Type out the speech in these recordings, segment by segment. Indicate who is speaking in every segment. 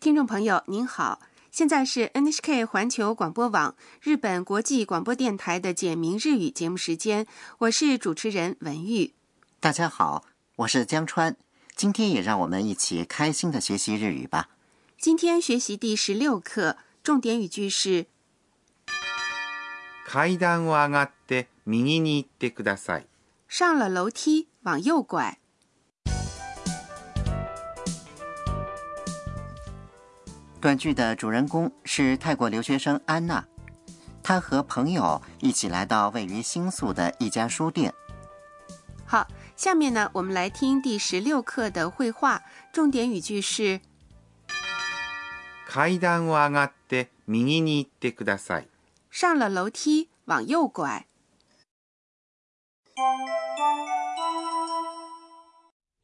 Speaker 1: 听众朋友您好，现在是 NHK 环球广播网日本国际广播电台的简明日语节目时间，我是主持人文玉。
Speaker 2: 大家好，我是江川，今天也让我们一起开心的学习日语吧。
Speaker 1: 今天学习第十六课，重点语句是
Speaker 3: 階段を上がって右に行ってください。
Speaker 1: 上了楼梯往右拐。
Speaker 2: 短剧的主人公是泰国留学生安娜，她和朋友一起来到位于新宿的一家书店。
Speaker 1: 好，下面呢，我们来听第十六课的绘画，重点语句是
Speaker 3: 階段を上がって右に行ってください。
Speaker 1: 上了楼梯往右拐。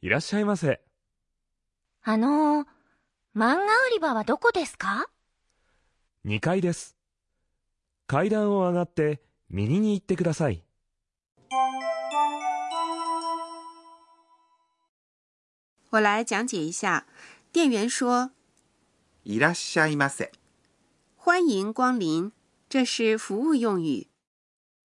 Speaker 4: いらっしゃいませ。
Speaker 5: あのー、漫画売り場はどこですか
Speaker 4: 2階です。階段を上がって右に行ってください。
Speaker 1: 我来讲解一下。店员说
Speaker 3: いらっしゃいませ。：“
Speaker 1: 欢迎光临。”这是服务用语。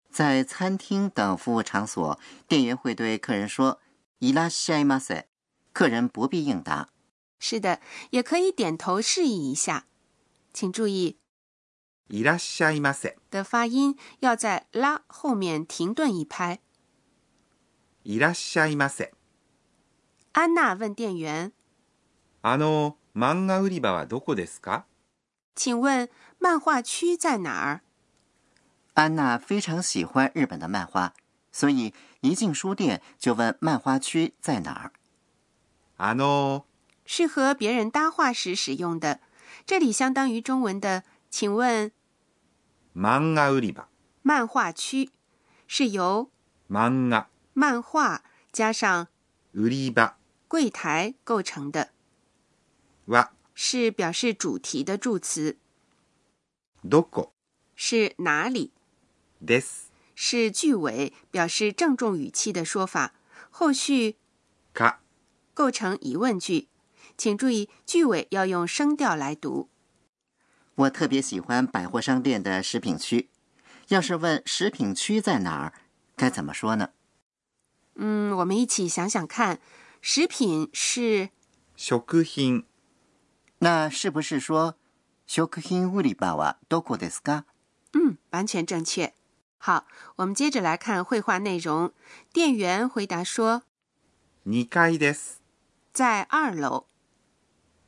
Speaker 2: 在餐厅等服务场所，店员会对客人说“伊拉西马塞”，客人不必应答。
Speaker 1: 是的，也可以点头示意一下。请注意
Speaker 3: いらっしゃいませ。
Speaker 1: 的发音要在拉后面停顿一拍。
Speaker 3: いらっしゃいませ。
Speaker 1: 安娜问店员
Speaker 3: あの、漫画売り場はどこですか：“
Speaker 1: 请问漫画区在哪儿
Speaker 2: 安娜非常喜欢日本的漫画，所以一进书店就问漫画区在哪儿。
Speaker 3: あの、？”
Speaker 1: 是和别人搭话时使用的，这里相当于中文的“请问
Speaker 3: 漫画売り場。
Speaker 1: 漫画区”，是由
Speaker 3: 漫画、
Speaker 1: 漫画加上
Speaker 3: 売り場
Speaker 1: 柜台构成的，
Speaker 3: は
Speaker 1: 是表示主题的助词，
Speaker 3: どこ
Speaker 1: 是哪里？
Speaker 3: です
Speaker 1: 是句尾，表示郑重语气的说法，后续
Speaker 3: か
Speaker 1: 构成疑问句。请注意，句尾要用声调来读。
Speaker 2: 我特别喜欢百货商店的食品区，要是问食品区在哪儿，该怎么说呢？
Speaker 1: 嗯，我们一起想想看，食品是
Speaker 3: 食品
Speaker 2: 那是不是说“食品売り場はどこですか
Speaker 1: 嗯，完全正确。好，我们接着来看绘画内容。店员回答说，
Speaker 3: 2階です。
Speaker 1: 在二楼，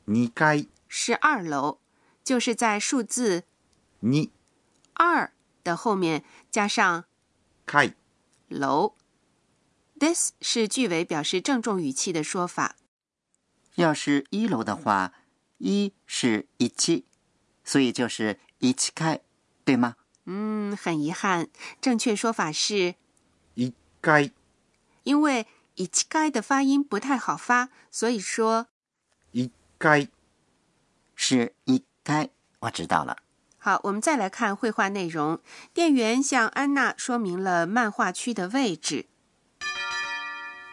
Speaker 3: 2階
Speaker 1: 是二楼，就是在数字
Speaker 3: 2
Speaker 1: 二的后面加上
Speaker 3: 階
Speaker 1: 楼。This 是句尾表示郑重语气的说法。”？
Speaker 2: 要是一楼的话，一是一七，所以就是一七开，对吗？
Speaker 1: 嗯，很遗憾，正确说法是
Speaker 3: 1階
Speaker 1: 因为“一七该”的发音不太好发，所以说
Speaker 3: 1階
Speaker 2: 是一开，我知道了。
Speaker 1: 好。我们再来看绘画内容，店员向安娜说明了漫画区的位置。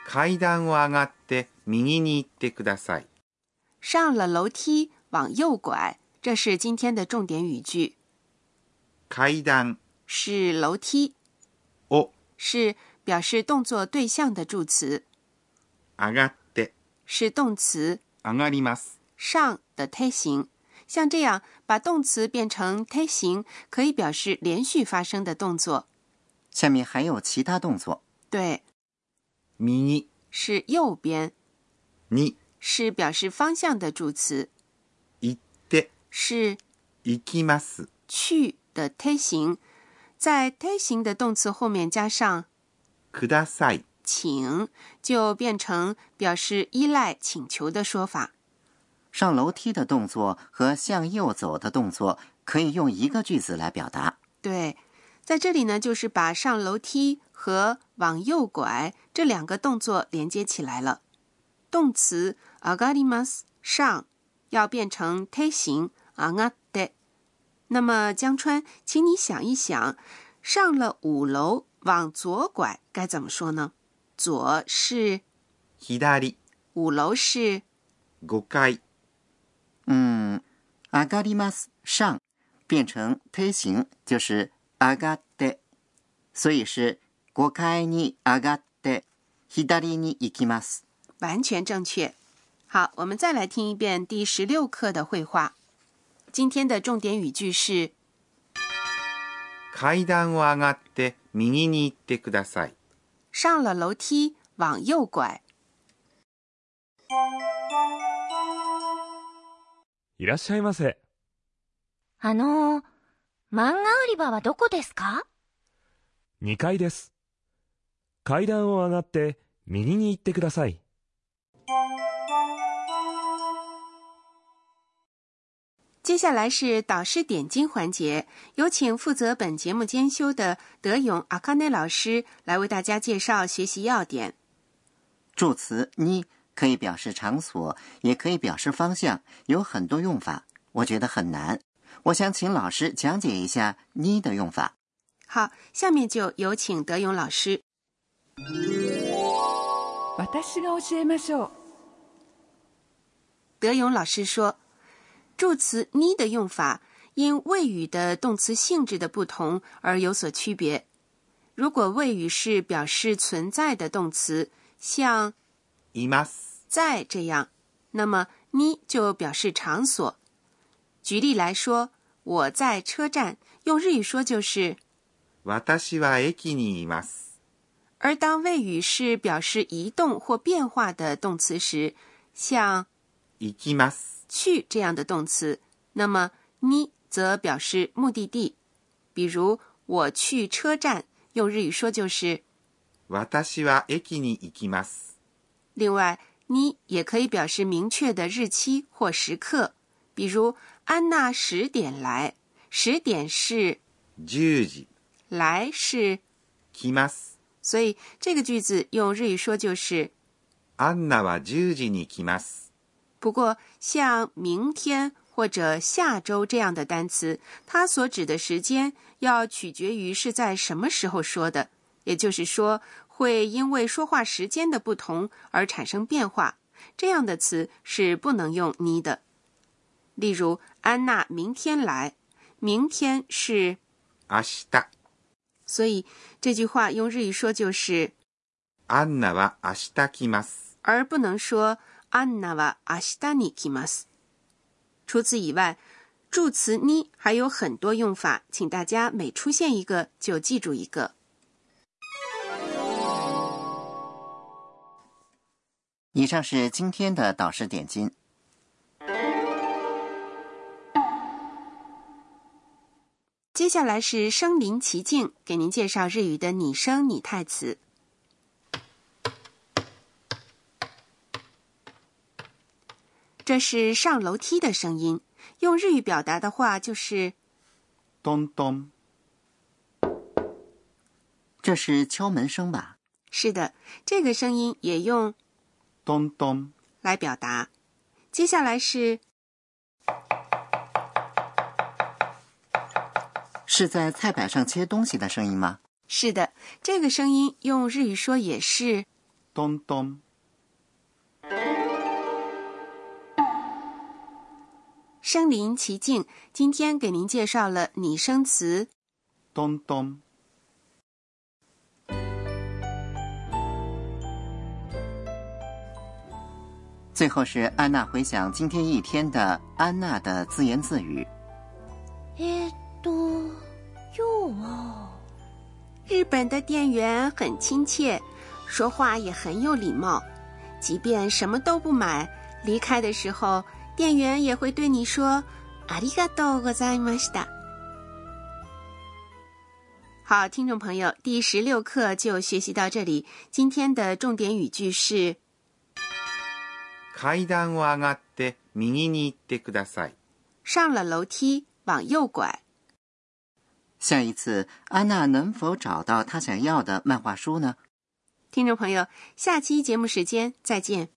Speaker 3: 階段を上がって右に行ってください。
Speaker 1: 上了楼梯往右拐，这是今天的重点语句，
Speaker 3: 階段
Speaker 1: 是楼梯，
Speaker 3: を
Speaker 1: 是表示动作对象的助词，
Speaker 3: 上がって
Speaker 1: 是动词
Speaker 3: 上がります。
Speaker 1: 上的推形。像这样把动词变成推形，可以表示连续发生的动作。
Speaker 2: 下面还有其他动作，
Speaker 1: 对，
Speaker 3: 右
Speaker 1: 是右边，
Speaker 3: に
Speaker 1: 是表示方向的助词，
Speaker 3: 行って
Speaker 1: 是
Speaker 3: 行きます。
Speaker 1: 去的推形，在推形的动词后面加上
Speaker 3: ください。
Speaker 1: 请，就变成表示依赖、请求的说法。
Speaker 2: 上楼梯的动作和向右走的动作可以用一个句子来表达。
Speaker 1: 对，在这里呢，就是把上楼梯和往右拐这两个动作连接起来了。动词 agarimas 上要变成推形 agade。那么江川，请你想一想，上了五楼往左拐该怎么说呢？左是
Speaker 3: 左
Speaker 1: 五楼是
Speaker 3: 5階
Speaker 2: 嗯，上がります上变成推形就是上がって，所以是5階に上がって左に行きます。
Speaker 1: 完全正确。好，我们再来听一遍第十六课的绘画。今天的重点语句是
Speaker 3: 階段を上がって右に行ってください。
Speaker 1: 上了楼梯往右拐。
Speaker 4: いらっしゃいませ。
Speaker 5: あのー、漫画売り場はどこですか
Speaker 4: 2階です。階段を上がって右に行ってください。
Speaker 1: 接下来是导师点睛环节，有请负责本节目监修的德勇阿卡内老师来为大家介绍学习要点。
Speaker 2: 助词に可以表示场所，也可以表示方向，有很多用法。我觉得很难，我想请老师讲解一下“に”的用法。
Speaker 1: 好，下面就有请德勇老师。
Speaker 6: 私が教えましょう
Speaker 1: 德勇老师说，助词“呢”的用法因谓语的动词性质的不同而有所区别。如果谓语是表示存在的动词，像
Speaker 3: います。
Speaker 1: 在这样，那么呢就表示场所。举例来说，我在车站，用日语说就是；
Speaker 3: 私は駅にいます。
Speaker 1: 而当谓语是表示移动或变化的动词时，像
Speaker 3: 行きます。
Speaker 1: 去这样的动词，那么呢则表示目的地。比如，我去车站，用日语说就是。
Speaker 3: 私は駅に行きます。
Speaker 1: 另外，呢也可以表示明确的日期或时刻，比如安娜十点来，十点是
Speaker 3: 10時。
Speaker 1: 来是，
Speaker 3: 来ます。
Speaker 1: 所以这个句子用日语说就是。
Speaker 3: アンナは10時に来ます。
Speaker 1: 不过，像明天或者下周这样的单词，它所指的时间要取决于是在什么时候说的，也就是说，会因为说话时间的不同而产生变化。这样的词是不能用“你”的。例如，安娜明天来，明天是，
Speaker 3: 明日。
Speaker 1: 所以这句话用日语说就是，
Speaker 3: アンナは明日来ます。
Speaker 1: 而不能说安娜は明日に来ます。除此以外，助词呢还有很多用法，请大家每出现一个就记住一个。
Speaker 2: 以上是今天的导师点睛。
Speaker 1: 接下来是身临其境，给您介绍日语的拟声拟态词。这是上楼梯的声音，用日语表达的话就是
Speaker 3: トントン。
Speaker 2: 这是敲门声吧？
Speaker 1: “是的”，这个声音也用
Speaker 3: トントン。
Speaker 1: 来表达。接下来是
Speaker 2: 是在菜板上切东西的声音吗？
Speaker 1: “是的”，这个声音用日语说也是
Speaker 3: トントン。
Speaker 1: 身临其境，今天给您介绍了拟声词。
Speaker 3: トントン。
Speaker 2: 最后是安娜回想今天一天的安娜的自言自语。
Speaker 5: えー、っと、要は、
Speaker 1: 日本的店员很亲切，说话也很有礼貌。即便什么都不买，离开的时候，店员也会对你说“ありがとうございました”。好，听众朋友，第十六课就学习到这里。今天的重点语句是
Speaker 3: 階段を上がって右に行ってください。
Speaker 1: 上了楼梯往右拐。
Speaker 2: 下一次安娜能否找到她想要的漫画书呢？
Speaker 1: 听众朋友，下期节目时间再见。